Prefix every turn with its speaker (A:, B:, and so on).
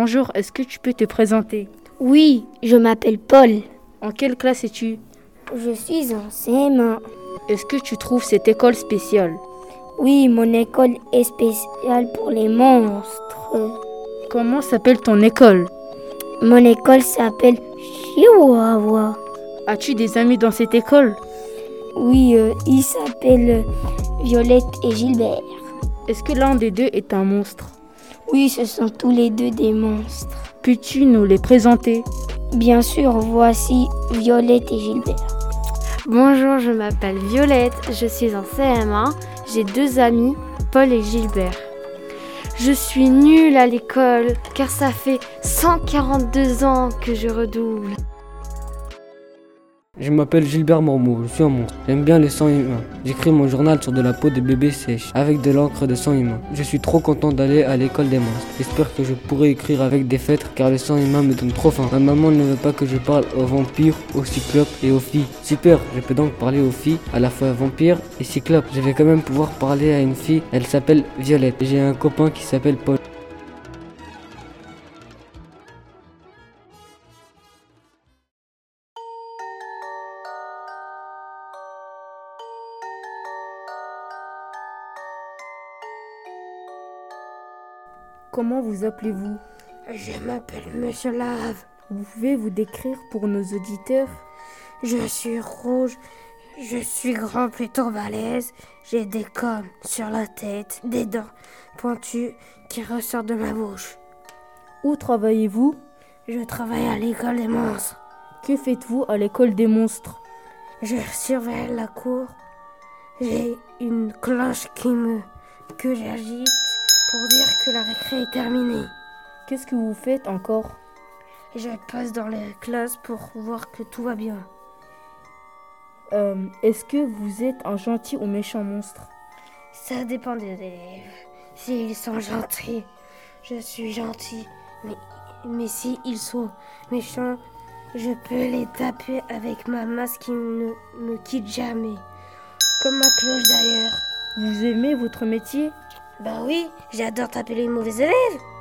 A: Bonjour, est-ce que tu peux te présenter
B: Oui, je m'appelle Paul.
A: En quelle classe es-tu
B: Je suis en CM1.
A: Est-ce que tu trouves cette école spéciale
B: Oui, mon école est spéciale pour les monstres.
A: Comment s'appelle ton école
B: Mon école s'appelle Chihuahua.
A: As-tu des amis dans cette école
B: Oui, euh, ils s'appellent euh, Violette et Gilbert.
A: Est-ce que l'un des deux est un monstre
B: Oui, ce sont tous les deux des monstres.
A: Peux-tu nous les présenter
B: Bien sûr, voici Violette et Gilbert.
C: Bonjour, je m'appelle Violette, je suis en CM1, j'ai deux amis, Paul et Gilbert. Je suis nulle à l'école car ça fait 142 ans que je redouble.
D: Je m'appelle Gilbert Mormeau, je suis un monstre. J'aime bien les sangs humains. J'écris mon journal sur de la peau de bébé sèche, avec de l'encre de sang humain. Je suis trop content d'aller à l'école des monstres. J'espère que je pourrai écrire avec des fêtres, car le sang humain me donne trop faim. Ma maman ne veut pas que je parle aux vampires, aux cyclopes et aux filles. Super, je peux donc parler aux filles, à la fois vampires et cyclopes. Je vais quand même pouvoir parler à une fille, elle s'appelle Violette. J'ai un copain qui s'appelle Paul.
A: Comment vous appelez-vous
E: Je m'appelle Monsieur Lave.
A: Vous pouvez vous décrire pour nos auditeurs
E: Je suis rouge. Je suis grand plutôt balèze. J'ai des cornes sur la tête, des dents pointues qui ressortent de ma bouche.
A: Où travaillez-vous
E: Je travaille à l'école des monstres.
A: Que faites-vous à l'école des monstres
E: Je surveille la cour. J'ai une cloche qui me que j'agite pour dire que la récré est terminée.
A: Qu'est-ce que vous faites encore
E: Je passe dans les classes pour voir que tout va bien.
A: Euh, Est-ce que vous êtes un gentil ou méchant monstre
E: Ça dépend des élèves. S'ils sont gentils, je suis gentil. Mais, mais si ils sont méchants, je peux les taper avec ma masse qui ne me quitte jamais. Comme ma cloche d'ailleurs.
A: Vous aimez votre métier
E: Bah oui, j'adore taper les mauvais élèves.